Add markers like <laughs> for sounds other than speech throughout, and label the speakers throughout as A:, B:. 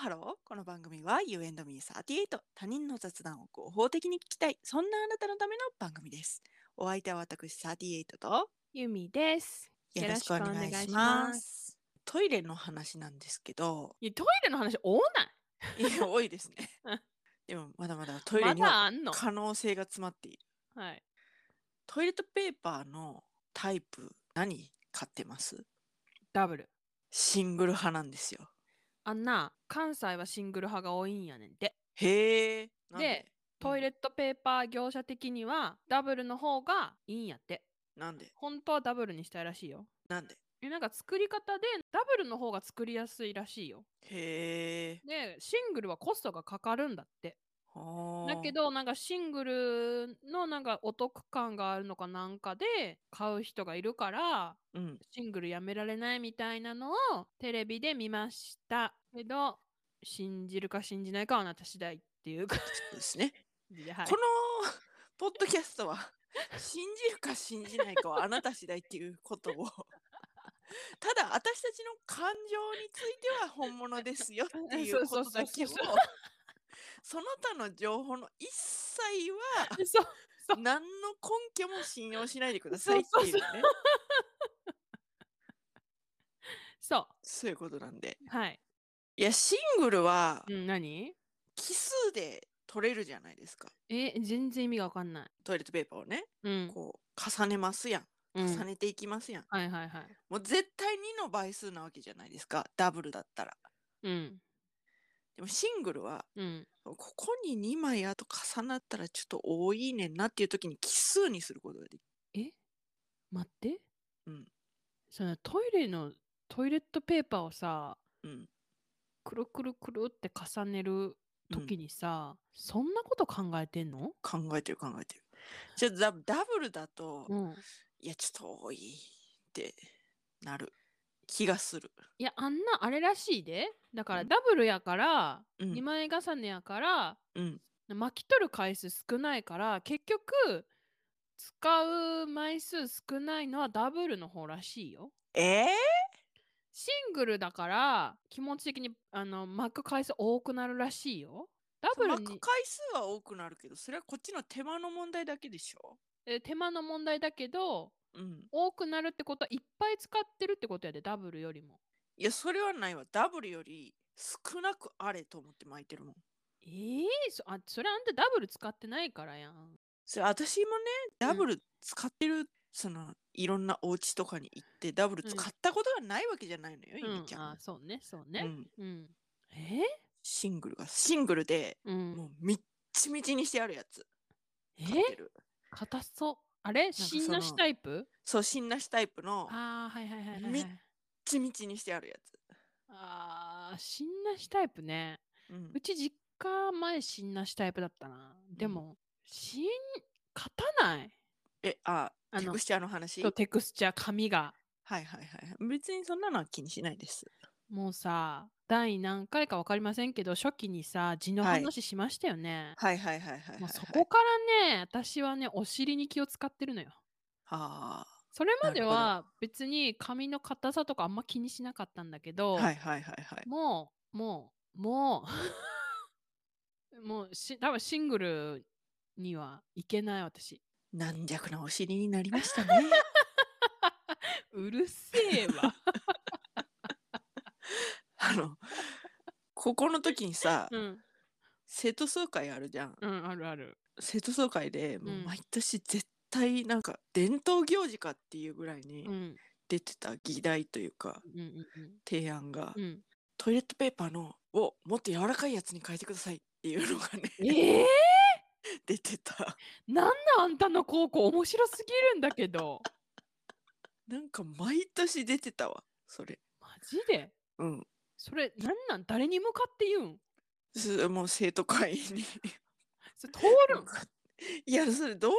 A: ハローこの番組は You and me38 他人の雑談を合法的に聞きたいそんなあなたのための番組ですお相手は私38と
B: ゆみです。
A: よ
B: よ
A: ろ
B: ろ
A: しく
B: しく
A: お
B: お
A: 願
B: 願
A: い
B: い
A: し
B: し
A: ま
B: ます
A: トイレの話なんですけ
B: <laughs>
A: ど
B: いやトイレの話多ない。
A: いや多いですね
B: うん
A: でもまだまだトイレ
B: ま
A: には
B: だあんの。
A: 可能性が詰まっている
B: はい。
A: トイレットペーパーのタイプ何買ってます
B: ダブル。
A: シングル派なんですよ
B: あんな関西はシングル派が多いんやねんて。
A: へえなんで
B: でトイレットペーパー業者的にはダブルの方がいいんやって。
A: なんで
B: 本当はダブルにしたいらしいよ。
A: なんで
B: えなんか作り方でダブルの方が作りやすいらしいよ。
A: へえ
B: でシングルはコストがかかるんだって。だ
A: だ
B: けどなんかシングルのなんかお得感があるのかなんかで買う人がいるから
A: うん、
B: シングルやめられないみたいなのをテレビで見ましたけど信じるか信じないかはあなた次第ってい
A: <laughs>
B: う感
A: そうですね。
B: じで、はい
A: こ、の <laughs> ポッドキャストは信じるか信じないかはあなた次第っていうことを。 <laughs> ただ私たちの感情については本物ですよっていうことだけを
B: そうそうそう
A: その他の情報の一切は
B: <laughs> そう
A: 何の根拠も信用しないでくださいっていうね
B: そ
A: そういうことなんで
B: うはい、
A: いやシングルは
B: うん、何
A: 奇数で取れるじゃないですか
B: え全然意味がわかんない
A: トイレットペーパーをね
B: うん、
A: こう重ねますやん
B: うん、
A: 重ねていきますやん
B: はいはいはい
A: もう絶対2の倍数なわけじゃないですかダブルだったら
B: うん
A: でもシングルは
B: うん
A: ここに2枚あと重なったらちょっと多いねんなっていう時に奇数にすることができる
B: え待って
A: うん
B: そのトイレのトイレットペーパーをさ
A: うん
B: くるくるくるって重ねる
A: うん
B: 時にさ、そんなこと考えてんの、
A: 考えてる考えてるじゃあダダブルだと、
B: うん、
A: いやちょっと多いってなる気がする、
B: いやあんなあれらしいでだか
A: う
B: ら
A: ん
B: ダブルやから、
A: うん
B: 2枚重ねやから
A: うん、
B: 巻き取る回数少ないから結局使う枚数少ないのはダブルの方らしいよ
A: えー、
B: シングルだから気持ち的にあの巻く回数多くなるらしいよダブル
A: 巻く
B: に
A: 回数は多くなるけどそれはこっちの手間の問題だけでしょ
B: え手間の問題だけど
A: うん
B: 多くなるってことはいっぱい使ってるってことやでダブルよりも
A: いやそれはないわダブルより少なくあれと思って巻いてるもん
B: えー、そあそれあんたダブル使ってないからやん
A: それ私もねダブル使ってる、そのいろんなお家とかに行ってダブル
B: うん
A: 使ったことがないわけじゃないのよ、
B: う
A: ゆ
B: ん
A: みちゃん
B: あ
A: は、
B: そうねそう
A: う
B: ね
A: ん
B: うん、えー
A: シングルがシングルで
B: うん
A: もうみっちみちにしてあるやつ
B: え
A: 買ってる
B: 硬そう。あれ
A: その
B: 新なしタイプ
A: そう新なしタイプのみっ
B: ああ、はいはいはいはい、は
A: み
B: い。
A: ちみちにしてあるや
B: ああ、新なしタイプね。
A: つ、うん
B: うち実家前新なしタイプだったな。でも、新、勝たない。
A: えあ
B: あ
A: テ
B: の
A: クスチャーの話
B: と
A: はい
B: テクスチャー、紙が。
A: はいはいはい別にそんなのは気にしないです
B: もうさ、第何回か分かりませんけど、初期にさ、字の
A: はい
B: 話しましたよね。
A: はいはいはいはいはい、
B: も
A: は
B: う
A: い、
B: そこからね、私はね、お尻に気を使ってるのよ。
A: あ
B: それまで
A: な
B: は別に紙の硬さとかあんま気にしなかったんだけ
A: ー
B: ど、
A: はいはいはいはい
B: もう、もう、もう、 <laughs> もうし、多分シングルにはいけない私。
A: 軟弱なお尻になりました
B: <laughs>
A: ね
B: うるせえわ。
A: あのここの時にさ、
B: <laughs> うん、
A: 生徒総会あるじゃん
B: うん、あるある。
A: 生徒総会でもううん毎年絶対なんか伝統行事かっていうぐらいに
B: うん、
A: 出てた議題というか
B: うん、うん
A: 提案が、
B: うん、うん。
A: トイレットペーパーのをもっと柔らかいやつに変えてくださいっていうのがね <laughs>
B: ええ
A: 出てた
B: なんだあんたの高校面白すぎるんだけど。 <laughs>
A: なんか毎年出てたわそれ
B: マジで
A: うん
B: それ、なんなん誰に向かって言うん
A: すもう生徒会に
B: それ通る <laughs> ん
A: <laughs> いやそれどう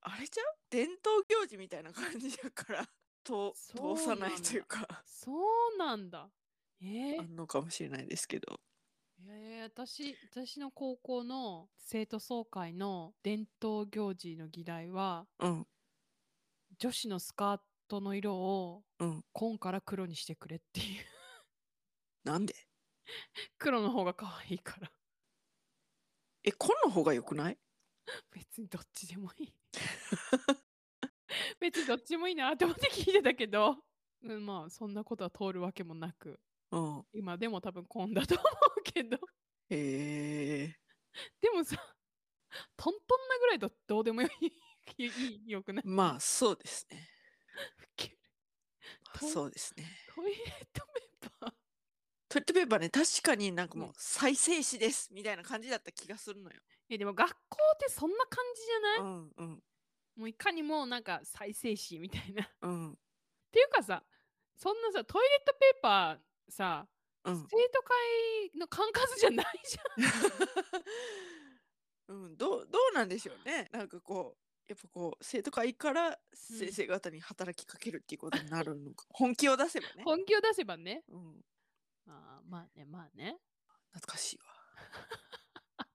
A: あれじゃう伝統行事みたいな感じだからと
B: そう
A: 通
B: な
A: さ
B: んだ
A: ないというか
B: そうなんだ。ええ
A: あんのかもしれないですけど
B: えー、私私の高校の生徒総会の伝統行事の議題は
A: うん
B: 女子のスカートの色を
A: うん
B: 紺から黒にしてくれっていう
A: なんで
B: <laughs> 黒の方が可愛いから。 <laughs>
A: え、紺の方が良くない
B: 別にどっちでもい <laughs> い。別にどっちもいいなって思って聞いてたけど、うん、まあそんなことは通るわけもなく、
A: うん。
B: 今でも多分混んだと思うけど、 <laughs>
A: へえ。
B: でもさ、トントンなぐらいだとどうでもよい <laughs> いいよくない
A: まあ、そうですね。
B: ウケる
A: まあ
B: と
A: そうですね。
B: トイレットペーパー
A: トイレットペーパーね、確かになんかもう
B: うん
A: 再生紙ですみたいな感じだった気がするのよ。、
B: えでも学校ってそんな感じじゃないう
A: んうん
B: もういかにもなんか再生紙みたいな。っ
A: うん
B: ていうかさそんなさトイレットペーパーさ
A: うん。
B: 生徒会の管轄じゃないじゃん。
A: うん、どうどうなんでしょうね。なんかこう、やっぱこう、生徒会から先生方に働きかけるっていうことになるのか。本気を出せばね。
B: 本気を出せばね。
A: うん、
B: あーまあねまあね。
A: 懐かしいわ。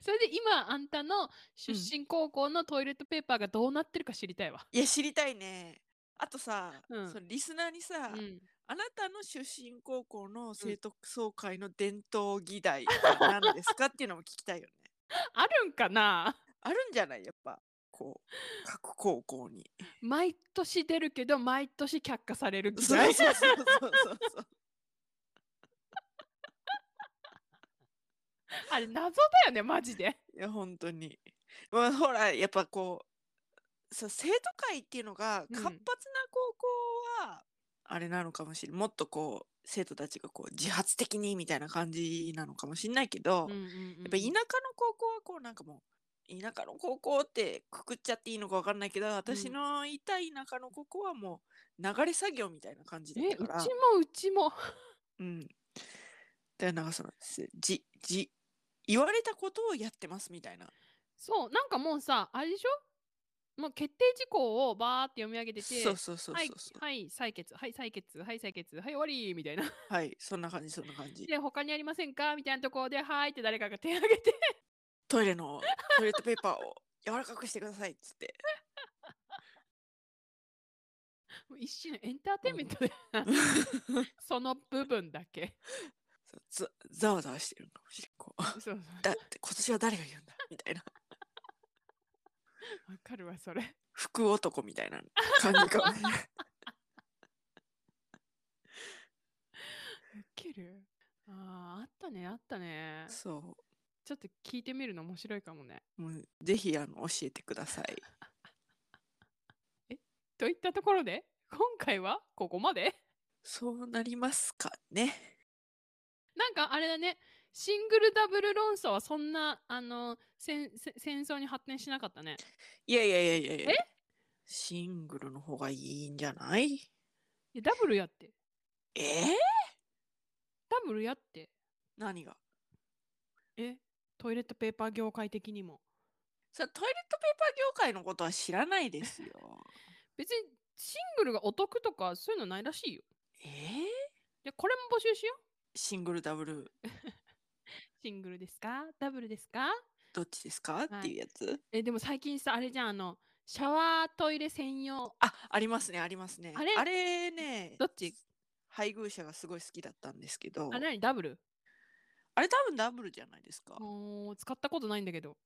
B: それで今あんたの出身高校のトイレットペーパーがどうなってるか知りたいわ。
A: いや、知りたいね。あとさ、
B: うん
A: そのリスナーにさ、
B: うん、
A: あなたの出身高校の生徒総会の伝統議
B: <laughs>
A: 題は何ですかっていうのも聞きたいよね。
B: あるんかな
A: あるんじゃないやっぱ、こう、各高校
B: <laughs>
A: に。
B: 毎年出るけど毎年却下されるぐ
A: そ
B: ら
A: う
B: い。
A: そうそうそうそう
B: <laughs>
A: そう。
B: あれ謎だよねマジで。
A: いや本当に、まあ、ほらやっぱこうさ生徒会っていうのが
B: うん
A: 活発な高校は、あれなのかもしれんもっとこう生徒たちがこう自発的にみたいな感じなのかもしれないけど、
B: うんう
A: やっ
B: んうん
A: ぱ田舎の高校はこうなんかもう田舎の高校ってくくっちゃっていいのか分かんないけど私のいた田舎の高校はもう流れ作業みたいな感じだっ
B: えう
A: た
B: ちも
A: から。
B: うちも。
A: うん。でなんかそのせじじ言われたことをやってますみたいな。
B: そうなんかもうさあれでしょもう決定事項をバーって読み上げてて
A: そうそうそうそうそう。
B: はいはい採決はい採決はい採決はい終わりみたいな
A: はい、そんな感じ、そんな感じ。
B: で他にありませんかみたいなところではいって誰かが手挙げて
A: トイレのトイレットペーパーを柔らかくしてくださいっつって。 <laughs>
B: もう一種のエンターテインメントでその部分だけ
A: ざざわざわしてるのかもしれんこ
B: <laughs>
A: う
B: そうそうわ
A: だって今年は誰が言うんだみたいな。
B: かるわそれ
A: 福男みたいな感じかもしれな
B: <laughs>
A: い。
B: ウケるあーあったねあったね
A: そ
B: ちょっと聞いてみるの面白いかもね
A: う。もうぜひあの教えてください。
B: といったところで今回はここまで
A: <laughs> そうなりますかね。
B: なんかあれだね、シングルダブル論争はそんな、あの、戦戦戦争に発展しなかったね。
A: いやいやいやいやいや
B: え。
A: シングルの方がいいんじゃない
B: いやダブルやって。
A: え
B: ダブルやって。
A: 何が
B: えトイレットペーパー業界的にも。
A: さトイレットペーパー業界のことは知らないですよ。
B: 別にシングルがお得とかそういうのないらしいよ。
A: <laughs> え
B: で、これも募集しよう。
A: シングルダブル
B: シングルですかダブルですか
A: どっちですか、っていうやつ
B: え、でも最近さ、あれじゃん、あの、シャワートイレ専用。
A: あありますねありますね
B: あれ
A: ね
B: どっち
A: 配偶者がすごい好きだったんですけど
B: あれ何ダブル
A: あれ多分ダブルじゃないですか
B: もう使ったことないんだけど。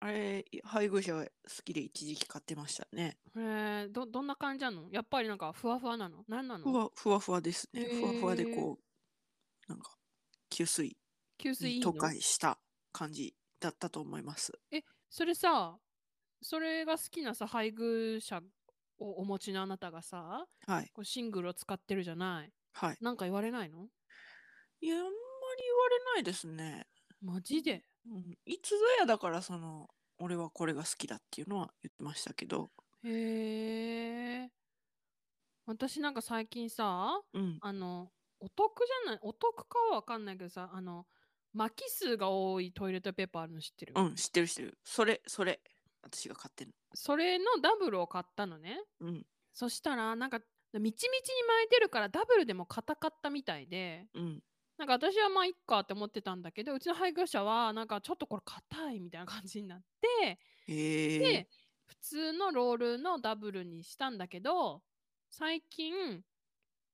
A: あれ配偶者が好きで一時期買ってましたね
B: えー、ど、どんな感じなのやっぱりなんかふわふわなの何なの
A: ふわふわふわですね、
B: へー
A: ふわふわでこうなんか吸水
B: 吸水い
A: に
B: いの
A: 溶解した感じだったと思います
B: それさそれが好きなさ配偶者をお持ちのあなたがさ
A: はい
B: こうシングルを使ってるじゃない
A: はい
B: なんか言われないの
A: いやあんまり言われないですね、
B: マジで
A: うん、いつぞやだからその俺はこれが好きだっていうのは言ってましたけど
B: へえ私なんか最近さ
A: うん
B: あのお得じゃないお得かは分かんないけどさあの巻き数が多いトイレットペーパーあるの知ってる、
A: うん、知ってる知ってる。それ、それ。私が買ってる
B: それのダブルを買ったのね
A: の。うん、
B: そしたらなんかみちみちに巻いてるからダブルでも硬かったみたいで
A: うん。
B: なんか私はまあいっかって思ってたんだけどうちの配偶者はなんかちょっとこれ硬いみたいな感じになって、
A: へえ
B: で。普通のロールのダブルにしたんだけど最近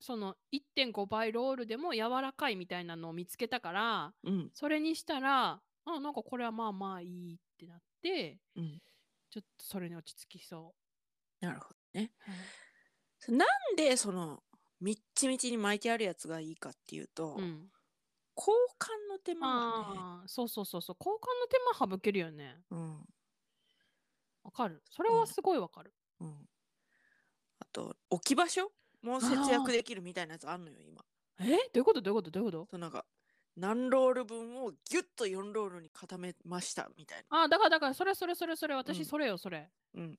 B: その1.5倍ロールでも柔らかいみたいなのを見つけたから
A: うん
B: それにしたらあなんかこれはまあまあいいってなって、
A: うん
B: ちょっとそれに落ち着きそ
A: なるほどね。
B: う。
A: なんでそのみっちみちに巻いてあるやつがいいかっていうと、
B: うん、
A: 交換の手間がね、
B: ああそうそうそうそう交換の手間省けるよね。
A: うん
B: わかるそれはすごいわかる。
A: うん、あと置き場所も節約できるみたいなやつあんのよ今。
B: えどういうことどういうことどういうこと
A: そうなんか何ロール分をギュッと4ロールに固めましたみたいな。
B: ああだからだからそれそれそれそれ
A: うん
B: 私それよそれ。
A: うん、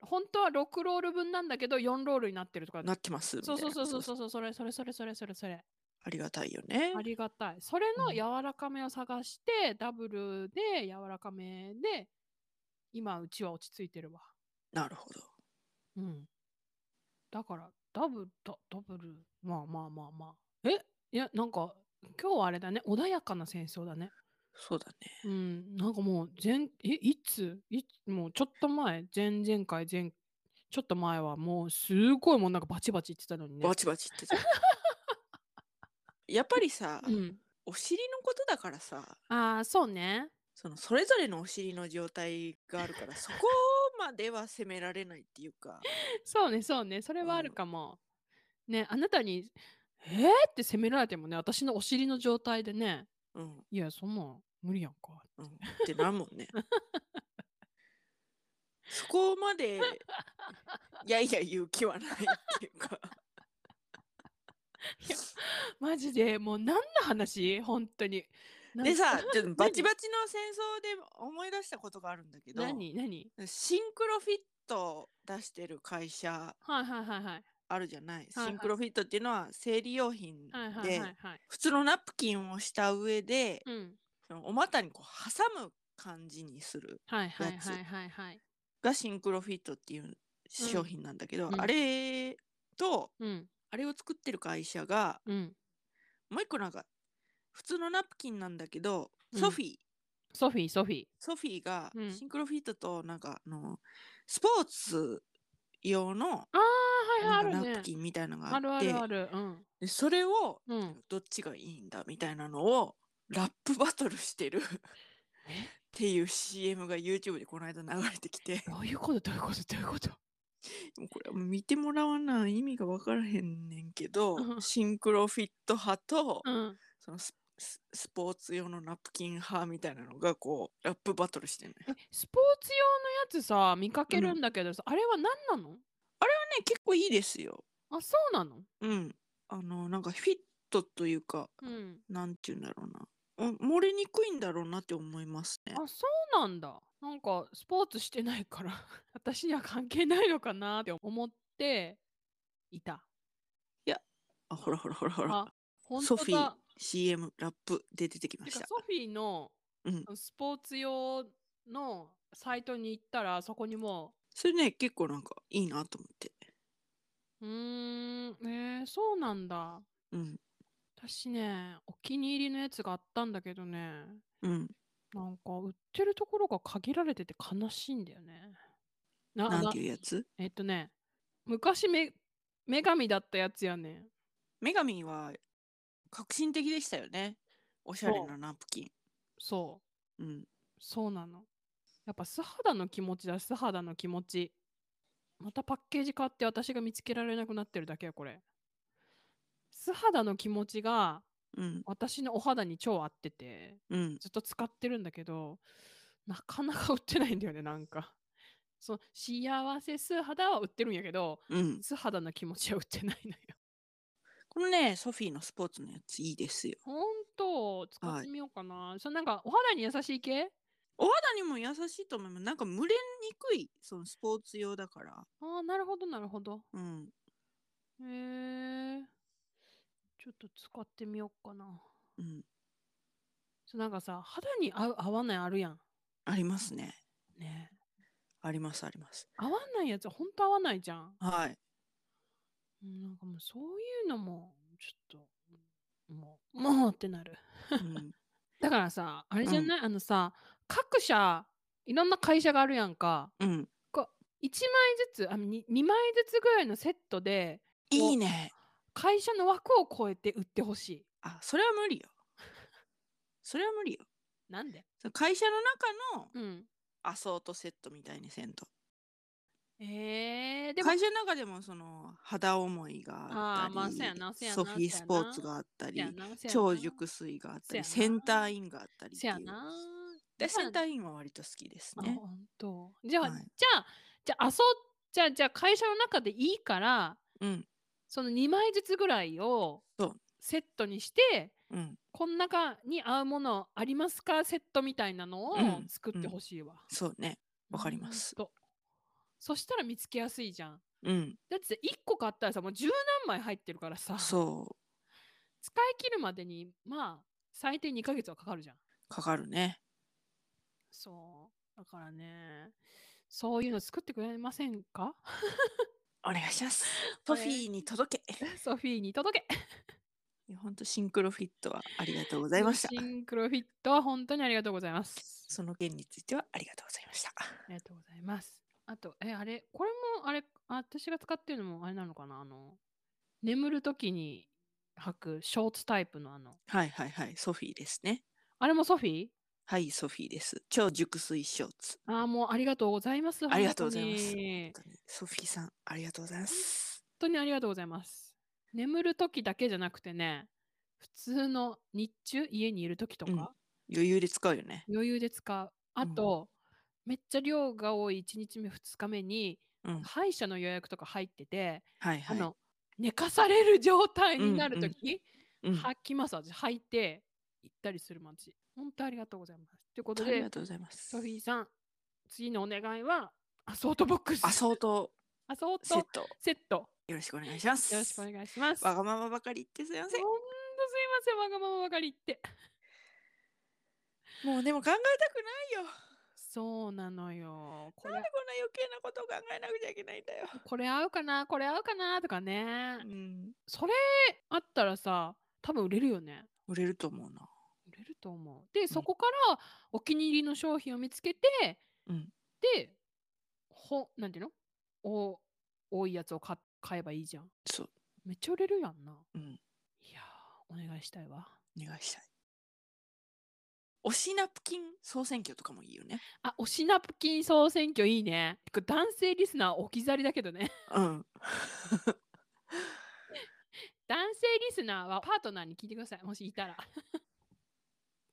B: 本当は6ロール分なんだけど4ロールになってるとか。
A: なってますみた
B: そ
A: いうな。
B: そうそうそうそうそうそれそれそれそれそれそれ。
A: ありがたいよね。
B: ありがたい。それの
A: うん
B: 柔らかめを探して、ダブルで柔らかめで今うちは落ち着いてるわ。
A: なるほど。
B: うん。だからダブルダダブルまあまあまあまあ。えいやなんか今日はあれだね穏やかな戦争だね。
A: そうだね。
B: うんなんかもう前えいついつもうちょっと前前々回前ちょっと前はもうすごいもうなんかバチバチ言ってたのにね。
A: バチバチってた。
B: <laughs>
A: やっぱりさ、
B: うん、
A: お尻のことだからさ
B: ああそうね。 <laughs>
A: そのそれぞれのお尻の状態があるからそこまでは責められないっていうか
B: そうねそうねそれはある
A: うん
B: かも。ねあなたに「えー?」って責められてもね私のお尻の状態でね
A: うん
B: 「いやそんなん無理やんか <laughs>
A: うんってなんもんねそこま
B: <laughs>
A: でいやいや言う気はないっていうか」
B: マジでもう何の話本当に。なん
A: でさちょっとバチバチの戦争で思い出したことがあるんだけど
B: 何何
A: シンクロフィット出してる会社
B: はいはいはいはい
A: あるじゃない、
B: はい
A: シンクロフィットっていうのは生理用品で、
B: はいはいはいはい。
A: 普通のナプキンをした上で、
B: うん
A: そのお股にこう挟む感じにする
B: はいは
A: や
B: い
A: つ
B: はいはいはい。
A: がシンクロフィットっていう商品なんだけど、
B: うん
A: あれと
B: うん
A: あれを作ってる会社が
B: うん。
A: もう一個なんか普通のナプキンなんだけど、
B: うん
A: ソフィー
B: ソフィーソフィー。
A: ソフィーが
B: うん
A: シンクロフィットとなんかあのスポーツ用の
B: ああは
A: ないんか
B: はいある
A: ナ
B: ね
A: プ。キンみたいなのがあ
B: あ
A: って
B: るあるある。うん
A: でそれを
B: うん。
A: どっちがいいんだみたいなのをラップバトルしてるっていう CM が YouTube でこの間流れてきて
B: どういうことどういうことどういうこと。
A: もうこれはもう見てもらわな意味が分からへんねんけど
B: うん
A: シンクロフィット派と
B: うん。
A: そのスススポーツ用のナプキン派みたいなのがこうラップバトルしてんのよ。
B: えスポーツ用のやつさ見かけるんだけどさ、あれは何なの？
A: ね結構いいですよ。
B: あそうなの？
A: うん。あのなんかフィットというか
B: うん。
A: なんて言うんだろうなうん漏れにくいんだろうなって思いますね。
B: あそうなんだ。なんかスポーツしてないから <laughs> 私には関係ないのかなって思っていた。
A: あほらほらほらほら
B: あ。本
A: ソ
B: 当
A: フィー
B: だ。
A: CM ラップで出てきま
B: て
A: し
B: か
A: た。
B: ソフィーの
A: うん。
B: スポーツ用のサイトに行ったらそこにも
A: それね結構なんかいいなと思って。
B: ううーんえー、そうなんだ。
A: うん
B: 私ねお気に入りのやつがあったんだけどね
A: うん。
B: なんか売ってるところが限られてて悲しいんだよね。な
A: なん
B: な
A: ていうやつ
B: えっとね昔め女神だったやつやねん。
A: 女神は革新的でしたよね。おしゃれ
B: そ
A: なナプキン。
B: そう
A: うん。
B: そうなの。やっぱ素肌の気持ちだ素肌の気持ち。またパッケージ買って私が見つけられなくなってるだけやこれ。素肌の気持ちが
A: うん。
B: 私のお肌に超合ってて
A: うん。
B: ずっと使ってるんだけどなかなか売ってないんだよねなんか。そう幸せ素肌は売ってるんやけど
A: うん。
B: 素肌の気持ちは売ってないのよ。
A: このね、ソフィーのスポーツのやついいですよ。
B: ほんと使ってみようかな。そのなんかお肌に優しい系
A: お肌にも優しいと思います。なんか蒸れにくい、そのスポーツ用だから。
B: ああなるほどなるほど。
A: うん。
B: へえ。ちょっと使ってみようかな。
A: うん。
B: そうなんかさ、肌に合う合わないあるやん。
A: ありますね。
B: ねえ
A: ありますあります。
B: 合わないやつほんと合わないじゃん。
A: はい。
B: うんなんかもうそういうのも、ちょっと、もう、もうってなる。
A: うん、
B: だからさ、あれじゃない、あのさ、各社、いろんな会社があるやんか。
A: うん。
B: 1枚ずつ、あ2枚ずつぐらいのセットで、
A: いいね。
B: 会社の枠を超えて売ってほしい。
A: あそれは無理よ。それは無理よ。
B: なんで
A: その会社の中の
B: うん。
A: アソートセットみたいにせんと。
B: えー、でも、
A: 会社の中でもその肌思いがあった
B: あーまあ
A: り、
B: そうやなそうやな
A: ソフィースポーツがあった
B: せや
A: り、
B: なせやな
A: 超熟睡があったり、
B: せや
A: セ
B: な
A: ンターインがあったりって
B: せ
A: い
B: や
A: う。
B: な。
A: でセンタ
B: ー
A: ーインは割と好きです
B: ね。
A: ね。
B: 本当。じゃあ、
A: はい
B: じゃあ、じゃあ、あそう、じゃあ、じゃあ会社の中でいいから、
A: うん
B: その2枚ずつぐらいを
A: そう
B: セットにして、
A: うん、
B: この中に合うものありますかセットみたいなのを
A: うん
B: 作って
A: うん
B: ほしいわ。
A: そうね。わかります
B: ほんと。そしたら見つけやすいじゃん。
A: うん、
B: だって1個買ったらさもう十何枚入ってるからさ使い
A: そ
B: 切るまでにまあ最低2ヶ月はかかるじゃん。
A: う、かかるね。
B: そうだからねそういうの作ってくれませんか <laughs>
A: お願いし <laughs> ます。ト
B: お願
A: フ
B: い
A: ィーに届け。
B: ソフィーに届け
A: 本当シンクロフィットはありがとうございました。
B: シンクロフィットは本当にありがとうございます。
A: その件についてはありがとうございました。
B: ありがとうございます。あと、え、あれ、これも、あれ、あ私が使ってるのもあれなのかなあの、眠るときに履くショーツタイプのあの、
A: はいはいはい、ソフィーですね。
B: あれもソフィー
A: はい、ソフィーです。超熟睡ショーツ。
B: ああ、もうありがとうございます。
A: ありがとうございます
B: 本当に
A: 本当にソフィーさん、ありがとうございます。
B: 本当にありがとうございます。眠るときだけじゃなくてね、普通の日中、家にいるときと
A: うん
B: か、
A: 余裕で使うよね。
B: 余裕で使う。あと、めっちゃ量が多い1日目、2日目に、
A: うん、
B: 歯医者の予約とか入ってて、
A: はいは
B: あ
A: い。
B: の、寝かされる状態になる
A: うんう
B: と
A: ん
B: き、
A: うん
B: 履きます私履いて行ったりするもん私本当ありがとうございますということ
A: あり
B: で
A: がとうございます。
B: ソフィーさん次のお願いはアソートボックス
A: アソート
B: アソー
A: セッ
B: ト
A: ト、
B: セット
A: よろしくお願いします。
B: よろしくお願いします
A: わ
B: ほんと
A: がままばかり言ってすいますせ
B: い
A: ん。
B: ませんわがままばかり言って
A: もうでも考えたくないよ。
B: そうなのよこ
A: なん
B: れ
A: でこんな余計なことを考えなくちゃいけないんだよ。
B: これ合うかなこれ合うかなとかね
A: うん、
B: それあったらさ多分売れるよね
A: 売れると思うな。
B: 売れると思うでそこからお気に入りの商品を見つけて
A: うん、
B: で、ほ、なんていうのお、多いやつを買買えばいいじゃん。
A: そう、
B: めっちゃ売れるやんな。
A: うん、
B: いやー、お願いしたいわ。
A: お願いしたい。推しナプキン総選挙とかもいいよね。
B: あ、おしナプキン総選挙いいね。これ男性リスナー置き去りだけどね。
A: うん。
B: 男性リスナーはパートナーに聞いてください。もしいたら。 <laughs>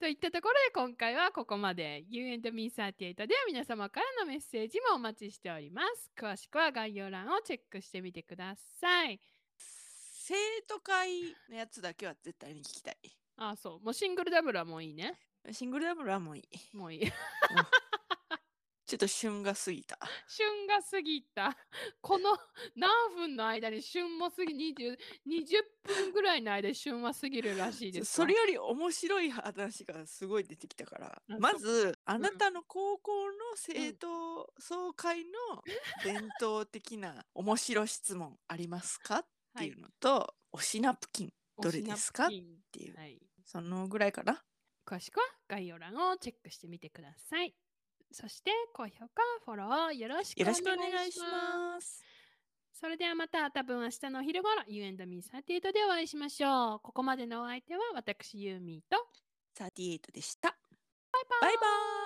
B: といったところで今回はここまで U&Me38 では皆様からのメッセージもお待ちしております。詳しくは概要欄をチェックしてみてください。
A: 生徒会のやつだけは絶対に聞きたい。
B: あ、そう。もうシングルダブルはもういいね。
A: シングルダブルはもういい。
B: もういい。
A: ちょっと旬が過ぎた。
B: 旬が過ぎた。この何分の間に旬も過ぎ、20, 20分ぐらいの間に旬は過ぎるらしいです
A: そ
B: わ。
A: れより面白い話がすごい出てきたから
B: そう
A: まずあなたの高校の生徒総会の伝統的な面白質問あります
B: <laughs>
A: かっていうのと、推しナプキンっどれですか
B: お品
A: ていう
B: はい。
A: そのぐらいかな
B: 詳しくは概要欄をチェックしてみてください。そして高評価、フォローよろしくお
A: よろ
B: 願い
A: し
B: し
A: くお願いし
B: ます。
A: ます
B: それではまた多分明日のお昼ごろ You and me38 でお会いしましょう。ここまでのお相手は私ユーミーと
A: 38でしたバイバイ